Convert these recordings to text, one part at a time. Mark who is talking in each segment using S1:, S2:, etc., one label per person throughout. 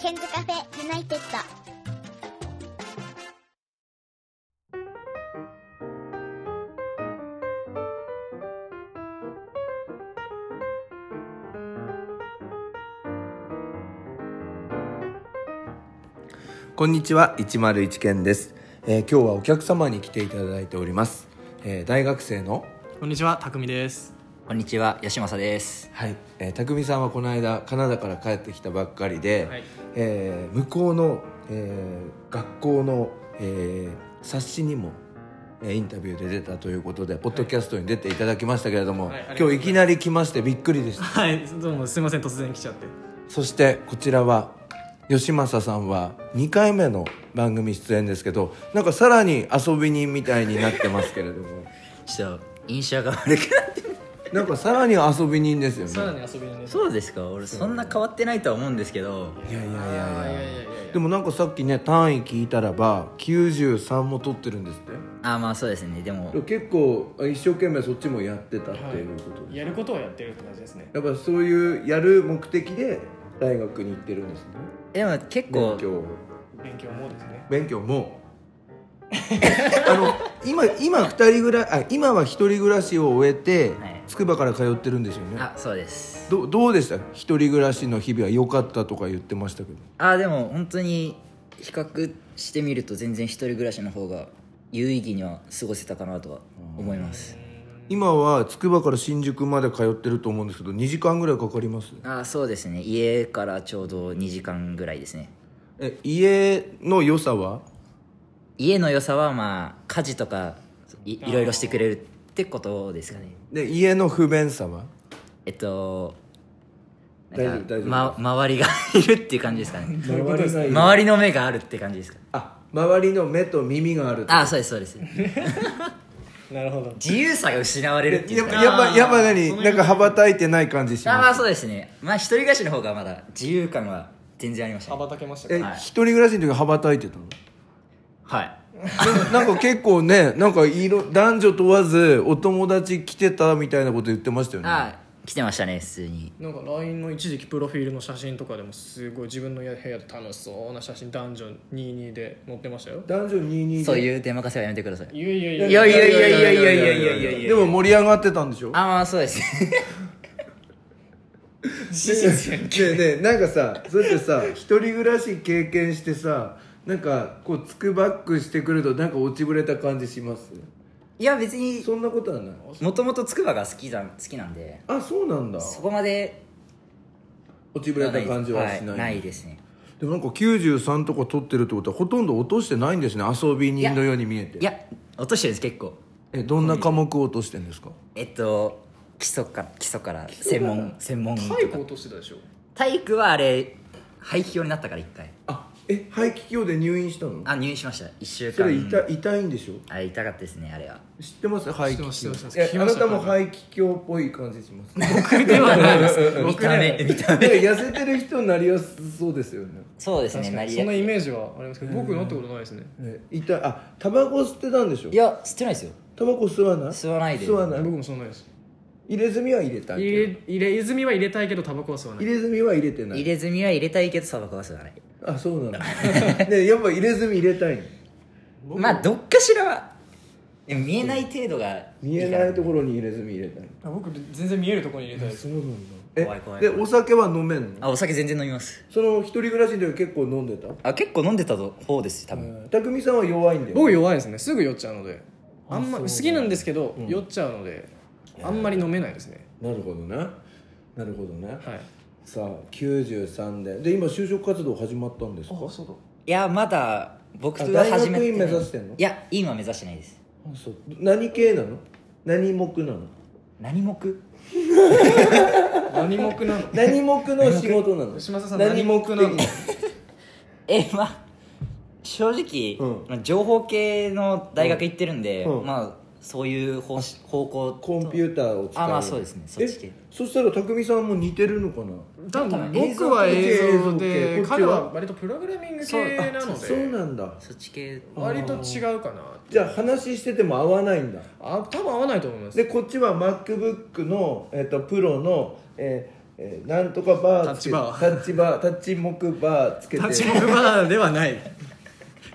S1: ケンズカフェユナイテッド。
S2: こんにちは101健です、えー今日はお客様に来ていただいております、えー大学生の
S3: こんにちは、たくみです。
S4: こんにちは、吉正です。
S2: はい、えー、匠さんはこの間カナダから帰ってきたばっかりで、
S3: はい
S2: えー向こうの、えー学校の、えー冊子にもえーインタビューで出たということでポッドキャストに出ていただきましたけれども、
S3: はいありがとう
S2: 今
S3: ござ
S2: 日い
S3: いま
S2: きな
S3: す
S2: り来ましてびっくりでした
S3: はい、どうもすみません、突然来ちゃって。
S2: そしてこちらは吉正さんは2回目の番組出演ですけどなんかさらに遊び人みたいになってますけれども
S4: ちょっと印象が悪くなってる。
S2: なんかさらに遊び人ですよね
S3: さらに遊びにね。
S4: そうですか。俺そんな変わってないとは思うんですけど。
S2: いやいやいや
S3: あ
S2: い
S3: ーい
S2: や
S3: やいやいやいや
S2: でもなんかさっきね単位聞いたらば93も取ってるんですっ
S4: あ、まあそうですね。でも
S2: て結構一生懸命そっちもやってたっていうことで、
S3: やることをやってるって感じですね。
S2: やっぱそういうやる目的で大学に行ってるんですね
S4: でも結構
S2: 勉強
S3: 勉強もです ね。
S2: 勉強もあの今今二人ぐらいあ今は一人暮らしを終えて、
S4: はい
S2: 筑波から通ってるんですよね
S4: あ、そうです。
S2: どどうでした一人暮らしの日々は良かったとか言ってましたけど
S4: あ、でも本当に比較してみると全然一人暮らしの方が有意義には過ごせたかなとは思います。
S2: 今は筑波から新宿まで通ってると思うんですけど2時間ぐらいかかります
S4: あ、そうですね。家からちょうど2時間ぐらいですね。
S2: え家の良さは
S4: 家の良さはまあ家事とかいいろいろしてくれるってことですかね。
S2: で家の不便さは
S4: えっと、なんか
S2: 大丈夫大丈夫
S4: ま、周りがいるっていう感じですかね。
S2: 周りがいい
S4: 周りの目があるって感じですか。
S2: あ周りの目と耳がある
S4: あ、そうです、そうです。
S3: なるほど。
S4: 自由さが失われるってい
S2: や
S4: う
S2: っ
S4: か。
S2: ぱやっぱやっぱ何なんか羽ばたいてない感じし
S4: あ、ま
S2: ま
S4: あ
S2: す
S4: そうですね。まあ一人暮らしの方がまだ自由感は全然ありました
S3: 羽
S4: ね。
S3: ばたけました
S2: え
S3: か。
S4: はい
S2: 一人暮らしの時羽ばたいてたの
S4: はい。
S2: なんかなんか結構ねなんかいろ男女問わずお友達来てたみたいなこと言ってましたよね
S4: あ、来てましたね、普通に。
S3: なんか LINE の一時期プロフィールの写真とかでもすごい自分の部屋で楽しそうな写真男女22で載ってましたよ。
S2: 男女22で
S4: そういう出まかせはやめてください。
S3: いやいやい
S4: い
S3: や
S4: やいやいやいやいやいやいやいやいやいや。
S2: でも盛り上がってたんでしょ
S4: あ、まあそうですね。
S2: ねえねえなんかさそうやってさ一人暮らし経験してさなんかこうつくばっくしてくるとなんか落ちぶれた感じします
S4: いや別に、
S2: そんなことはない
S4: もともと筑波が好きだ好きなんで、
S2: あそうなんだ
S4: そこまで
S2: 落ちぶれた感じはしない,、
S4: はないですね。
S2: でもなんか93とか取ってるってことはほとんど落としてないんですね遊び人のように見えて
S4: いや、落としてるんです、結構。
S2: えどんな科目を落としてんですか
S4: えっと基礎から基礎から専門専門とか
S3: 体育落としてたでしょ。
S4: 体育はあれ廃棄用になったから一回
S2: あえ肺気胸で入院したの
S4: あ入院しました一週間
S2: それ痛痛いんでしょ
S4: あ痛かったですねあれは
S2: 知ってます肺
S3: 知ってます知
S2: 気
S3: ってま
S2: 胸
S3: す
S2: え
S3: 聞き
S2: あ
S3: ま
S2: な
S3: した
S2: たも肺気胸っぽい感じしますなんか
S4: 見た目見た
S2: 痩せてる人になりやすそうですよね
S4: そうですね
S3: 確か
S4: な
S3: に
S4: り
S3: そんなイ
S4: い
S3: メージはありますけど、僕なったことないですね。
S2: ね痛いあタバコ吸ってたんでしょ
S4: や吸ってないですよ
S2: タバコ吸わない
S4: 吸わないで
S2: 吸わな
S3: 僕
S2: い
S3: もそんなです。
S2: 入れ墨は入れたい
S3: 入れ入れ泉は入れたいけどタバコは吸わない
S2: 入。れ墨は入れてな
S4: 入
S2: い
S4: れ墨は入れたいけどタバコは吸わない
S2: あそうなんだねやっぱ入れ墨入れたいの
S4: まあどっかしらはでも見えない程度が
S2: 見えないところに入れ墨入れたい
S3: あ僕全然見えるところに入れたいです
S2: そうなんだ
S4: 怖い怖い
S2: でお酒は飲めんの
S4: あお酒全然飲みます
S2: その一人暮らしの時は結構飲んでた
S4: あ結構飲んでた方です多分
S2: 匠さんは弱いんだよね
S3: 僕弱いですねすぐ酔っちゃうのであんま好きなんですけど、酔っちゃうのであんまり飲めないですね
S2: なるほどねなるほどね
S3: はい
S2: さあ93でで今就職活動始まったんですか
S3: そうだ
S4: いやまだ僕
S2: あ
S4: は
S2: 大
S4: 初
S2: 学
S4: め
S2: 院
S4: て
S2: 目指してんの
S4: いや院は目指してないです
S2: あそう何系なの何目なの
S4: 何目
S3: 何目なの
S2: 何目の仕事なの
S3: 吉正さん
S2: 何目的
S3: 何目なの
S4: えまあ正直、
S2: うん
S4: まあ、情報系の大学行ってるんで、
S2: うん
S4: まあそういう方し方向と
S2: コンピューターを使う
S4: あまあそうですねそっち系
S2: えそしたら匠さんも似てるのかな
S3: 多分
S2: 映像
S3: 僕は映像
S2: 映像系
S3: で
S2: こっちは
S3: 彼は割とプログラミング
S4: そう
S3: 系なの
S2: そう
S3: で
S2: なんだ
S4: そっち系
S3: 割と違うかな
S2: じゃあ話してても合わないんだ
S3: あ多分合わないと思います
S2: でこっちは MacBook の、えっとプロの、えーえーなんとかバーつけ
S3: タッチ
S2: タッチバー
S3: バー
S2: タッチ木バーつけて
S3: 立ち木バーではない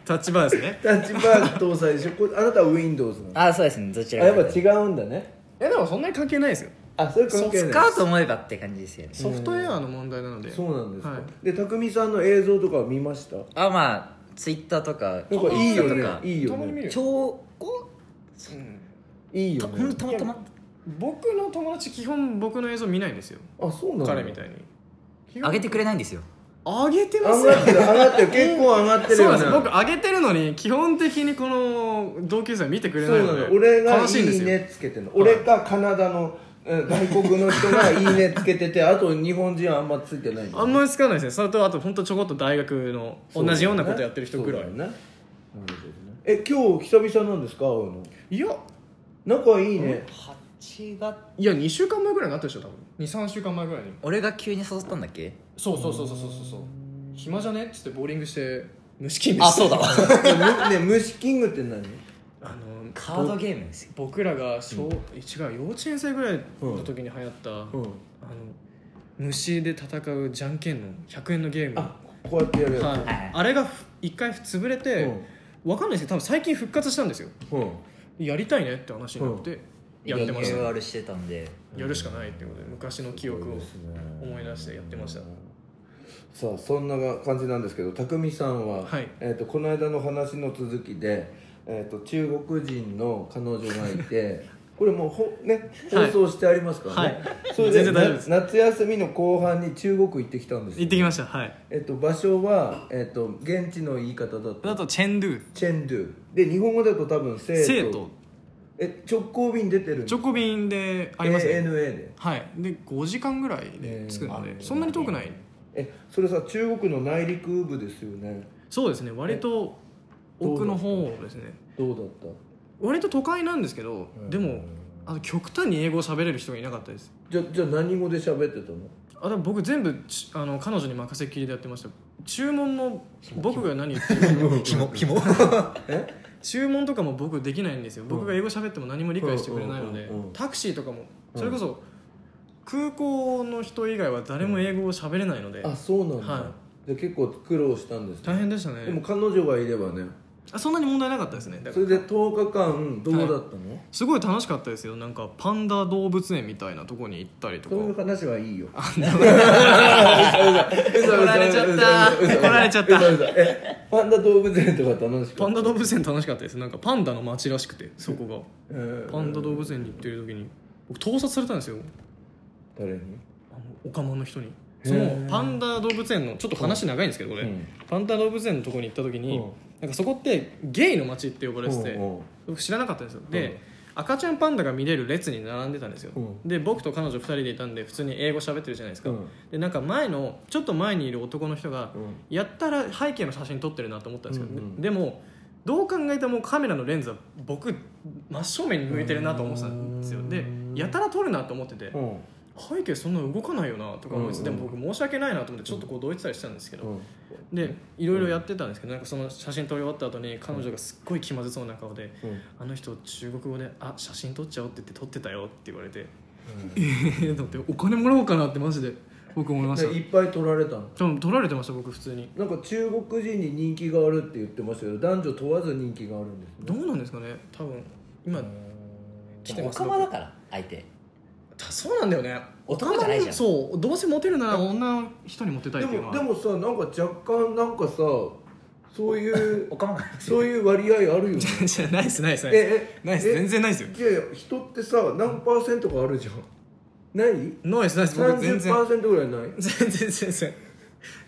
S3: 立ちバーです ね
S2: タッチバー搭載でしょこれあなたは Windows なのあ
S4: ああそうですねどちら
S2: やっぱ
S4: か
S2: 違うんだね
S3: いやでもそんなに関係ないですよ
S2: あそれ関係ない
S4: 使うと思えばって感じですよね
S3: ソフトウェアの問題なので
S2: そうなんですか、
S3: はい
S2: で匠さんの映像とかは見ましたな
S4: あまあツイッターとか
S2: んかいいよ
S4: と
S2: ね
S4: か
S2: いいよ
S3: たまに見
S2: ね
S3: る
S4: 超こ
S3: うん
S2: いいうよ
S4: たほん
S2: ね
S4: とたまたま
S3: 僕の友達基本僕の映像見ないんですよ
S2: あそうなんだ
S3: 彼みたいに
S4: 上げてくれ
S3: ない
S4: ないんですよ
S3: 上げてます
S2: 上が
S3: よ
S2: ってる上がってる結構上がってる
S3: そうな
S2: よ
S3: んです
S2: ね
S3: 僕上げてるのに基本的にこの同級生は見てくれ
S2: そ
S3: な
S2: う
S3: い
S2: な
S3: の
S2: の
S3: で
S2: 俺が
S3: 悲しいんで
S2: いい
S3: すよ
S2: ねつけてんの俺がカナダのうん外国の人がいいねつけててあと日本人はあんまついてないんだ
S3: あんまりつかないですねそれとあと本当ちょこっと大学の同じようなことやってる人ぐらい、
S2: そうだよねなるほどねえ今日久々なんですか会うの
S3: いや
S2: 仲いいね
S4: 8月
S3: いや2週間前ぐらいになったでしょ多分23週間前ぐらいに
S4: 俺が急に誘ったんだっけ
S3: そうそうそうそうそうそう暇じゃねっつってボーリングして虫キン
S4: あそうだわ
S2: むね虫キングって何
S3: あの
S4: カードゲームですよ
S3: 僕らが小、違う幼稚園生ぐらいの時に流行った、あの虫で戦うじゃんけんの100円のゲーム
S2: あこうやってやるやつ、
S3: はい
S4: はい
S3: あれがふ一回潰れて、わかんないですけど多分最近復活したんですよ
S2: うんうん
S3: やりたいねって話になって、やってました、
S4: UR してたんで
S3: やるしかないってことで昔の記憶を思い出してやってました
S2: さあそんな感じなんですけど匠さんは、
S3: はい
S2: えー、とこの間の話の続きで、えー、と中国人の彼女がい てこれもうほ、ね、
S3: はい
S2: 放送してありますからね、
S3: はい
S2: それで
S3: 全然大丈夫です
S2: な夏休みの後半に中国行ってきたんですよ
S3: 行ってきましたはい
S2: えっと場所は、えっと現地の言い方だと
S3: あとチェンドゥ
S2: チェンドゥで日本語だと多分生徒
S3: 生徒
S2: え直行便出てるんです
S3: 直行便でありますね
S2: ANA で
S3: はいで5時間ぐらいで着くので
S2: えー
S3: そんなに遠くない
S2: えそれさ中国の内陸部ですよね
S3: そうですね割と奥の方ですね
S2: どうだった
S3: 割と都会なんですけどで
S2: うん
S3: もあの極端に英語を喋れる人がいなかったです
S2: じゃじゃあ何語で喋ってたの
S3: あでも僕全部ちあの彼女に任せっきりでやってました注文も僕が何言ってるか
S4: キモキモ
S2: え
S3: 注文とかも僕できないんですよ僕が英語喋っても何も理解してくれないので
S2: うんうんうん
S3: タクシーとかもそれこそ空港の人以外は誰も英語を喋れないので
S2: あそうなんだ、
S3: は
S2: じゃあ結構苦労したんですね
S3: 大変でした
S2: でも
S3: ね
S2: 彼女がいればね
S3: あそんなに問題なかったですねだ
S2: そ
S3: か
S2: れ
S3: ら
S2: で10日間どうだったの、
S3: すごい楽しかったですよなんかパンダ動物園みたいなとこに行ったりとか
S2: そういう話はいいよ
S4: 怒られちゃった
S3: 怒られちゃった
S2: 嘘嘘えパンダ動物園とか楽しか
S3: パ
S2: っ
S3: ン
S2: た
S3: ダ動物園楽しかったですなんかパンダの街らしくてそこ
S2: えー
S3: がパンダ動物園に行ってる時に僕盗撮されたんですよ
S2: 誰に
S3: あのオカマの人に
S2: へ
S3: そ
S2: ー
S3: のパンダ動物園のちょっと話長いんですけどこれ、
S2: うん
S3: パンダ動物園のとこに行った時に、
S2: うん
S3: なんかそこってゲイの街って呼ばれてて、
S2: うんうん
S3: 僕知らなかったんですよで、赤ちゃんパンダが見れる列に並んでたんですよ、
S2: うん
S3: で僕と彼女2人でいたんで普通に英語喋ってるじゃないですか、
S2: うん
S3: でなんか前のちょっと前にいる男の人が、
S2: うん
S3: やったら背景の写真撮ってるなと思ったんですけど、
S2: うんうん
S3: でもどう考えてもカメラのレンズは僕真正面に向いてるなと思ってたんですよでやたら撮るなと思ってて、
S2: うん
S3: 背景そんな動かないよなとか思いつつ、
S2: うんうん
S3: でも僕申し訳ないなと思ってちょっとこうどいてたりしたんですけど、
S2: うん
S3: でいろいろやってたんですけどなんかその写真撮り終わった後に彼女がすっごい気まずそうな顔で
S2: うん
S3: 「あの人中国語で「あ写真撮っちゃおう」って言って撮ってたよって言われて、ええ だってお金もらおうかなってマジで僕思いました
S2: でいっぱい取られたの
S3: 多分撮られてました僕普通に
S2: なんか中国人に人気があるって言ってましたけど男女問わず人気があるんですね
S3: どうなんですかね多分今来て
S4: お
S3: ます
S4: かまだから相手
S3: たそうなんだよね
S4: 男じゃないじゃん
S3: そうどうせモテるなら女の人にモテたい
S2: で
S3: っていうの
S2: も
S3: は
S2: でもさなんか若干なんかさそう いう
S4: おかまが
S2: そういう割合あるよね
S3: じ ゃないですないですないです
S2: ええ
S3: ないです全然ないですよ
S2: いやいや人ってさ何パーセントかあるじゃんない
S3: ないですないです僕全然
S2: 30%ぐらいない
S3: 全然全然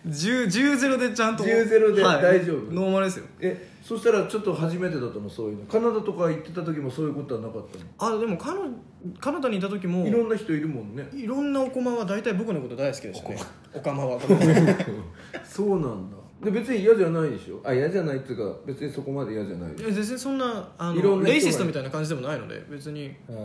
S3: 10ゼ0でちゃんと
S2: 10-0で
S3: はい
S2: 大丈夫
S3: ノーマルですよ
S2: えそしたらちょっと初めてだったのそういうのカナダとか行ってた時もそういうことはなかったの
S3: あでもカナカナダにいた時も
S2: いろんな人いるもんね
S3: いろんなおこまは大体僕のこと大好きでしたねおかまはごめんなさい
S2: そうなんだで別に嫌じゃないでしょあ嫌じゃないっていうか別にそこまで嫌じゃない
S3: いや全然そんなあ
S2: いろんな人
S3: の
S2: が
S3: レイシストみたいな感じでもないので別に
S2: ああ
S3: あ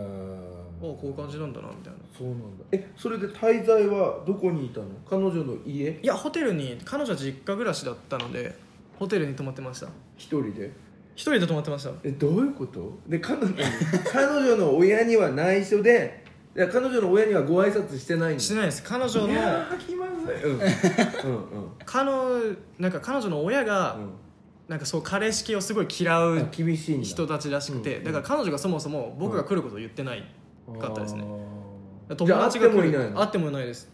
S3: こういう感じなんだなみたいな
S2: そうなんだえそれで滞在はどこにいたの彼女の家
S3: いやホテルに彼女は実家暮らしだったのでホテルに泊まってました
S2: 一人で
S3: 一人で泊まってました
S2: えどういうことで彼女に彼女の親には内緒でいや彼女の親にはご挨拶してないんだ
S3: してないです彼女
S2: い
S3: の
S2: やー気まずいうんうんう ん
S3: 彼女なんか彼女の親が、なんかそう彼式をすごい嫌
S2: うん
S3: う
S2: あ厳しいんだ
S3: 人たちらしくて、
S2: うん
S3: だから彼女がそもそも僕が来ることを言ってない、かったですね
S2: あー
S3: 友
S2: じゃあ
S3: 達
S2: 会っ
S3: が
S2: て
S3: 来
S2: もいない
S3: る
S2: の
S3: ってもいないです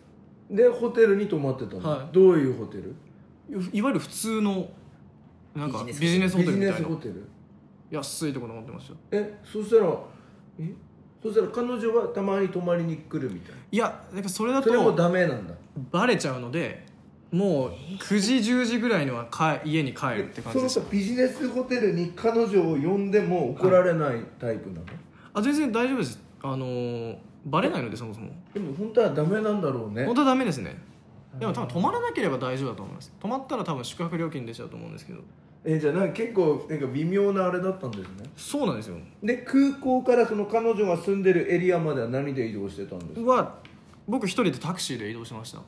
S2: でホテルに泊まってたの、
S3: はい
S2: どういうホテル
S3: いいわゆる普通のなんか
S4: ビジネス
S3: ビジ
S2: ビジネ
S3: ネスホテルみた
S2: ス
S3: いな
S2: ホテル
S3: 安いところ持ってましたよ
S2: えそしたらえそしたら彼女はたまに泊まりに来るみたい
S3: いやなんかそれだ
S2: なそれも
S3: と
S2: ダメなんだ
S3: バレちゃうのでもう9時10時ぐらいには帰家に帰るって感
S2: そ
S3: じ
S2: の
S3: でし
S2: さ
S3: た
S2: ビジネスホテルに彼女を呼んでも怒られないタイプなの、
S3: あ全然大丈夫ですあのーバレないのでそもそも
S2: でも本当はダメなんだろうね
S3: 本当はダメですねでも多分泊まらなければ大丈夫だと思います泊まったら多分宿泊料金出ちゃうと思うんですけど
S2: えじゃあなんか結構なんか微妙なあれだったんですね
S3: そうなんですよ
S2: で空港からその彼女が住んでるエリアまでは何で移動してたんですか
S3: は僕一人でタクシーで移動しました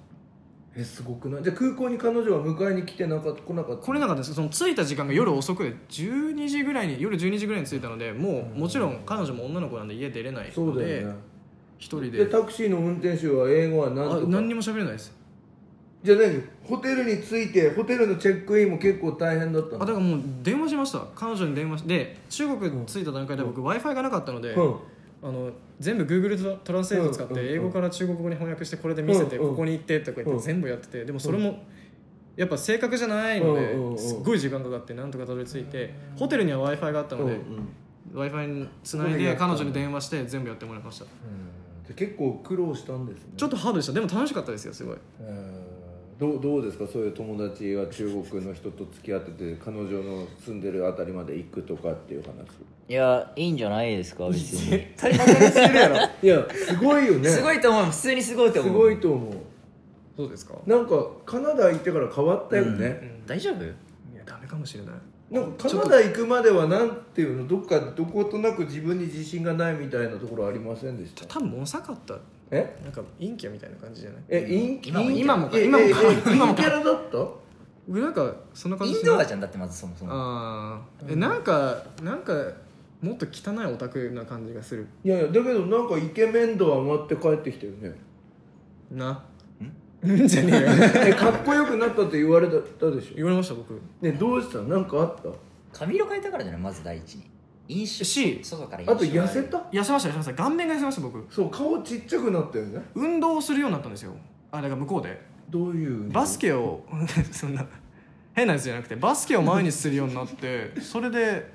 S2: えすごくないじゃあ空港に彼女は迎えに来てなかった来なかった
S3: これなかったですその着いた時間が夜遅くで12時ぐらいに夜12時ぐらいに着いたのでもうもちろん彼女も女の子なんで家出れない
S2: そ
S3: の
S2: うだよ
S3: で
S2: ね
S3: 一、人
S2: で
S3: で
S2: タクシーの運転手は英語は
S3: あ
S2: 何とか
S3: 何にも喋れないです
S2: じゃあ何ホテルに着いてホテルのチェックインも結構大変だった
S3: あ
S2: の
S3: だからもう電話しました彼女に電話しで中国着いた段階で僕 w i f i がなかったので、
S2: うん
S3: あの全部 Google トランスレート使っ
S2: うんうんうん
S3: て英語から中国語に翻訳してこれで見せて
S2: うんうん
S3: ここに行ってとか言
S2: う
S3: っ
S2: ん
S3: て全部やっててでもそれもやっぱ正確じゃないの
S2: うんうんうん
S3: ですっごい時間かかってなんとかたどり着いてホテルには w i f i があったの
S2: うんう
S3: で
S2: ん
S3: w i f i につないで彼女に電話して全部やってもらいました
S2: で結構苦労したんですね
S3: ちょっとハードでしたでも楽しかったですよすごい
S2: えーどうどうですかそういう友達が中国の人と付き合ってて彼女の住んでるあたりまで行くとかっていう話
S4: いやいいんじゃないですか別に
S2: 対馬鹿にしてるやろ いやすごいよね
S4: すご
S2: い
S4: いと思う普通にすごいと
S2: す
S4: 思う
S2: ごいと思う
S3: そうですか
S2: なんかカナダ行ってから変わったよね、
S4: 大丈夫
S3: いやダメかもしれない
S2: なんかカナダ行くまではなんていうのどっかどことなく自分に自信がないみたいなところありませんでした
S3: 多分もうさかった
S2: え
S3: なんか陰キャみたいな感じじゃない
S2: えイン
S4: 今も
S2: イン
S3: 今もか
S2: え
S3: 今もか
S2: ええ
S3: 今も
S2: イ
S3: か
S2: ンキャラだった
S3: なんかそんな感
S4: イ
S3: じ
S4: ン
S3: し
S4: ド
S3: な
S4: ア
S3: い
S4: じゃんだってまずそもそも
S3: あーえなんかなんかもっと汚いオタクな感じがする
S2: いやいやだけどなんかイケメン度上がって帰ってきたよね
S3: なうんじゃねえよ
S2: えかっこよくなったって言われたでし
S3: 言われました僕
S2: ょねどうしたなんかあった
S4: 髪色変えたからじゃないまず第一に飲酒
S3: し
S4: 外から飲
S2: あと
S4: 酒が
S2: 痩せた
S3: 痩せました痩せました顔面が痩せました僕
S2: そう顔ちっちゃくなったよね
S3: 運動をするようになったんですよあだから向こうで
S2: どういう
S3: バスケを そんな変なやつじゃなくてバスケを毎日するようになって それで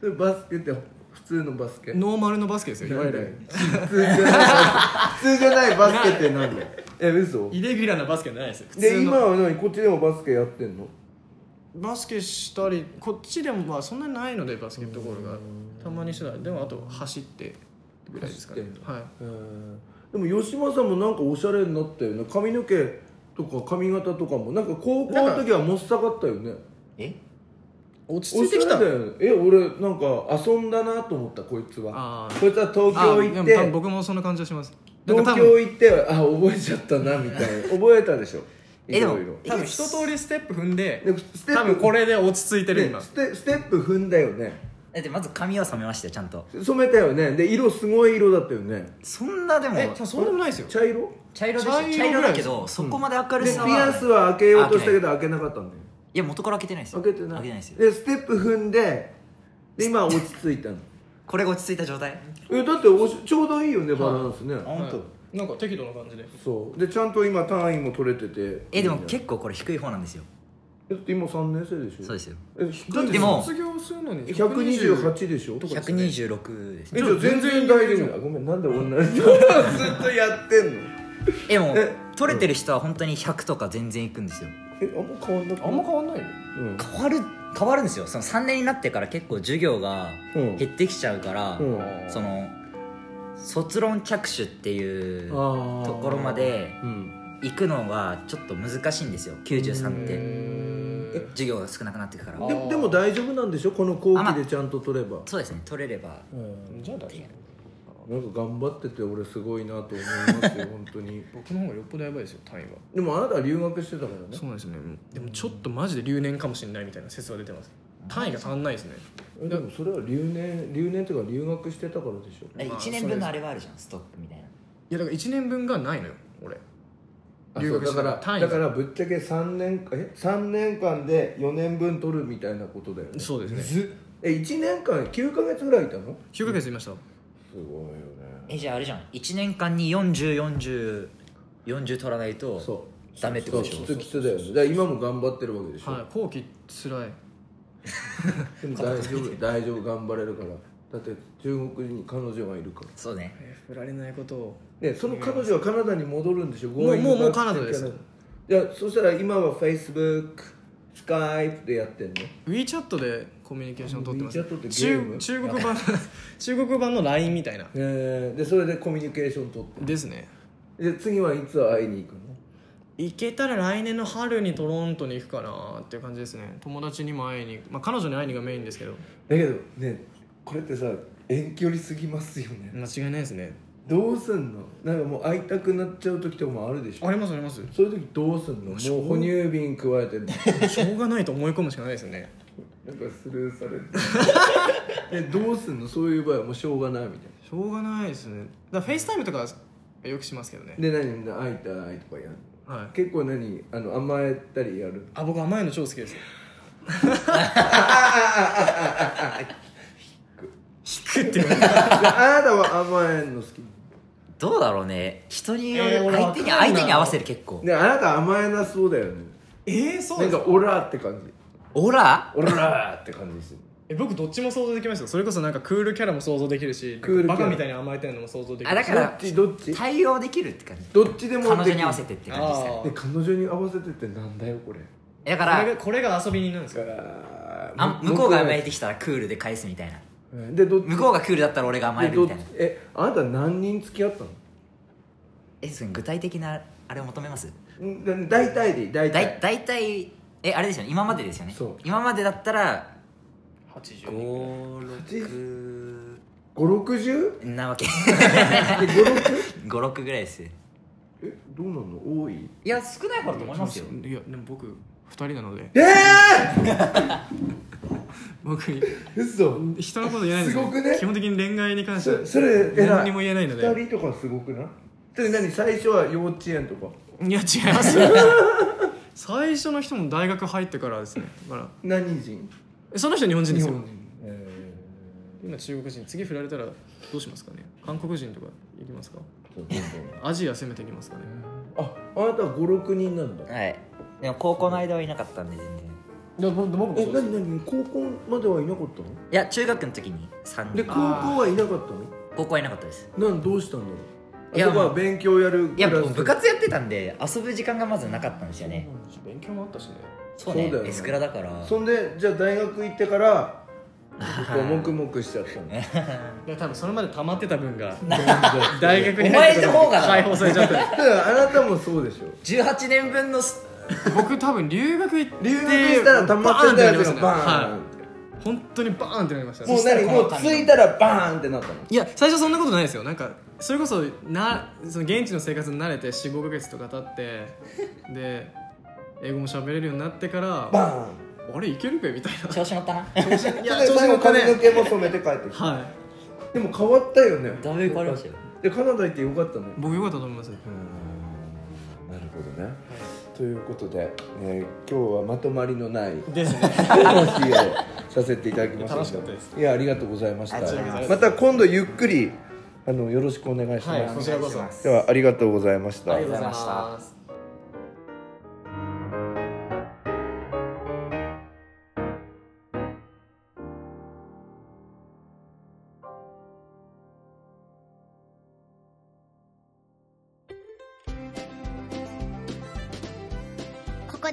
S2: それバスケって普通のバスケ
S3: ノーマルのバスケですよいわゆる
S2: 普通じゃない普通じゃないバスケってなんだよえ嘘
S3: イレギュラーなバスケじゃないですよ普
S2: で
S3: 通の
S2: 今は何こっちでもバスケやってんの
S3: バスケしたりこっちでもまあそんなにないのでバスケットボールがたまにしてないでもあと走ってぐらいですかね
S2: 走ってん
S3: はい
S2: へーでも吉間さんもなんかおしゃれになったよね髪の毛とか髪型とかもなんか高校の時はもっさかったよね
S4: え
S3: 落ち
S2: お
S3: 着い
S2: して
S3: き
S2: ゃ
S3: た
S2: れだよねえ俺なんか遊んだなと思ったこいつは
S3: あー
S2: こいつは東京行
S3: あ
S2: っ
S3: でも多分
S2: て
S3: 僕もそんな感じはしますなんか
S2: 東
S3: 多分
S2: 京行ってあ覚えちゃったなみた いな覚えたでしょ
S4: えでも
S2: いろい
S3: 多分一通りステップ踏んで
S2: ろでステ
S3: 多
S2: ッ
S3: 分
S2: プ
S3: これで落ち着いてる
S2: ね
S3: 今
S2: ステステップ踏んだよね
S4: だってまず髪は染めましたよちゃんと
S2: 染めたよねで色すごい色だったよね
S4: そんなでも
S3: えそうでもないですよ
S2: 茶色
S4: 茶色でした
S3: 茶色
S4: 茶色だけ
S3: ぐらい
S4: どそこまで明る
S2: で
S4: さは
S2: ピアスは開けようとしたけど開けなかったんだよ
S4: いや元から開けてないですよ
S2: 開けてない
S4: 開けてないですよ
S2: でステップ踏んでで今は落ち着いたの
S4: これが落ち着いた状態
S2: えだっておしちょうどいいよねバランスね、
S4: 本当
S3: はいなんか適度な感じで
S2: そうでちゃんと今単位も取れてて
S4: えでも結構これ低い方なんですよ
S2: だって今3年生でしょ
S4: そうですよ
S2: え
S3: だっ
S2: 低
S3: て
S2: い
S4: でも
S3: 卒業するのに
S2: 128でしょ
S4: 126です
S2: え
S4: ね
S2: じゃあ全然大丈夫だごめんなんで同じずっとやってんの
S4: えも
S2: え
S4: 取れてる人は本当に100とか全然いくんですよ
S2: えあんま変わんなくない
S3: あんま変わんないよ
S2: うん
S4: 変わる変わるんですよその3年になってから結構授業が
S2: うん
S4: 減ってきちゃうから、
S2: うん
S4: その卒論着手っていうと
S2: あー
S4: ころまで
S2: うん
S4: 行くのがちょっと難しいんですよ93って
S3: え
S4: 授業が少なくなっていくから
S2: ででも大丈夫なんでしょこの後期でちゃんと取れば
S4: そうですね取れれば
S2: うん
S3: じゃあ大丈夫
S2: なんか頑張ってて俺すごいなと思いますよ本当に
S3: 僕の方がよっぽどやばいですよ単位は
S2: でもあなたは留学してたからね
S3: そうなんですよねでもちょっとマジで留年かもしれないみたいな説は出てます単位が足んないですね
S2: えでもそれは留年留年っていうか留学してたからでしょ
S4: え
S3: まあ
S4: 1年分のあれはあるじゃんストックみたいな
S3: やだから1年分がないのよ俺
S2: あ
S3: 留
S2: そう
S3: 学
S2: だ
S3: して
S2: か
S3: た
S2: ら
S3: 単位
S2: だからぶっちゃけ3年え三年間で4年分取るみたいなことだよね
S3: そうですね
S2: むずっえ1年間9か月ぐらいいたの
S3: 9ヶ月いました、
S2: すごいよね
S4: えじゃああれじゃん1年間に404040取らないと
S2: そう
S4: ダメってことでしょ
S2: そうきつきつだよねだから今も頑張ってるわけでしょ、
S3: はい後期つらい
S2: でも大丈夫大丈夫頑張れるからだって中国に彼女がいるから
S4: そうね
S3: えー振られないことを
S2: ね、その彼女はカナダに戻るんでしょ
S3: もうもうもうカナダです
S2: いやそしたら今は Facebook スカイプでやってんの
S3: WeChat でコミュニケーションを取ってます、
S2: WeChat ってゲー
S3: 中
S2: ム
S3: 中国版 中国版の LINE みたいな
S2: えーでそれでコミュニケーション取っ
S3: ですね
S2: てで次はいつ会いに行くの
S3: 行けたら来年の春にトロントに行くかなっていう感じですね友達にも会いに、まあ、彼女に会いにがメインですけど
S2: だけどねこれってさ遠距離すぎますよね
S3: 間違いないですね
S2: どうすんのなんかもう会いたくなっちゃう時とかもあるでしょ
S3: ありますあります
S2: そういう時どうすんのもう哺乳瓶加えて なんか
S3: しょうがないと思い込むしかないですよね
S2: スルーさ れてえどうすんのそういう場合はもうしょうがないみたいな
S3: しょうがないですねだからフェイスタイムとかはよくしますけどね
S2: で何会いたいとかやる
S3: はい
S2: 結構何あの甘えたりやる
S3: あ僕甘いの超好きですよ引くって言われた
S2: あなたは甘えんの好き
S4: どうだろうね人によ
S3: えー
S4: る
S3: 俺
S4: 相手に
S3: わかんない
S4: 相手に合わせる結構
S2: ねあなた甘えなそうだよね
S3: えー、そう
S2: なん
S3: です
S2: かオラーって感じ
S4: オラ
S2: オラーって感じでする
S3: え僕どっちも想像できますよそれこそなんかクールキャラも想像できるし
S2: クールキャラ
S3: バカみたいに甘えてるのも想像でき
S4: あ
S3: る
S4: だ
S3: し
S4: か
S2: ど
S4: ら
S2: っちどっち
S4: 対応できるって感じ
S2: どっちでもでき
S4: 彼女に合わせてって感じですね
S3: あ
S2: で彼女に合わせてってなんだよこれ
S4: えだか
S3: あこ
S4: ら
S3: れがこれが遊び人なんですよ
S4: あ向こうが甘え
S2: て
S4: てきたらクールで返すみたいな
S2: でどっち
S4: 向こうがクールだったら俺が甘え
S2: で
S4: る
S2: ど
S4: み
S2: った
S4: い
S2: ち
S4: な
S2: えあなた何人付き合ったの
S4: えそれ具体的なあれを求めます
S2: んだ大体でいい大
S4: だ
S2: 体
S4: い大体えあれですよね今までですよね
S2: そう
S4: 今までだったら
S3: 80人
S4: 56
S2: 560?
S4: なわけ
S2: え56?
S4: 56ぐらいですい
S2: えどうなの多い
S4: や少ない方だと思いますよ
S3: いやでも僕2人なので
S2: え
S3: 僕
S2: ー、嘘
S3: 人のこと言えないんです
S2: す
S3: よ
S2: ごくね
S3: 基本的に恋愛に関しては
S2: そそれ偉い
S3: 何にも言えないので
S2: 2人とかすごくないそれ何最初は幼稚園とか
S3: いや違います 最初の人も大学入ってからですねだか
S2: 何人
S3: らその人日本人ですよ
S2: 人え
S3: 今中国人次振られたらどうしますかね韓国人とか行きますか
S2: ー、
S3: アジア攻めていきますかね
S2: ああなたは56人なんだ
S4: はいでも高校の間はいなかったんで全然
S3: いや僕も
S2: え何何高校まではいなかったの
S4: いや中学の時に3
S2: で
S4: 人
S2: 高校はいなかった
S4: 高校はいなかったです
S2: のなんどうしたんだろう
S4: いや
S2: あそこは
S4: もう
S2: 勉強やる
S4: いやもう部活やってたんで遊ぶ時間がまずなかったんですよね
S3: 勉強もあったしね
S4: そう
S2: そう
S4: ね
S2: だよね
S4: エスクラだから
S2: そんでじゃあ大学行ってからこうもくもくしちゃったの
S3: いや多分それまで溜まってた分が
S2: 全然
S3: 大学に
S4: お前の方がな
S3: 解放されちゃった
S2: だ からあなたもそうでしょ
S4: 18年分のす
S3: 僕多分留学行って
S2: 留学したら溜まってたやつがバーン
S3: はい本当にバーンってなりましたね
S2: もう何もう着いたらバーンってなったの
S3: いや最初そんなことないですよなんかそれこそなその現地の生活に慣れて45ヶ月とか経ってで英語も喋れるようになってからあ
S2: バーン
S3: れいけるべみたい
S4: 調子乗ったな
S3: ない
S2: そ れで最後髪の毛も染めて帰ってきた
S3: は
S2: でも変わったよね
S4: だいぶ変わりましたよ
S2: でカナダ行ってよかったね
S3: い僕よかったと思います
S2: なるほどね、ということで、えー今日はまとまりのない
S3: ですね
S2: 話をさせていただきました
S3: 楽しかったです
S2: いやありがとうございました
S4: ありがとうございます
S2: また今度ゆっくりあのよろしくお願いします、
S3: はい こちらこそあ
S2: ではありがとうございました
S4: りがとうございました
S3: す
S1: ここ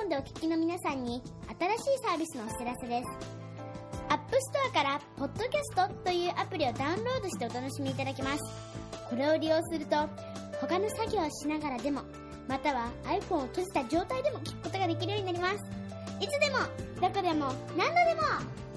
S1: iPhone でをお聞きの皆さんに新しいサービスのお知らせです App Store から「Podcast」というアプリをダウンロードしてお楽しみいただけますこれを利用すると他の作業をしながらでもまたは iPhone を閉じた状態でも聞くことができるようになりますいつでもどこでも何度でも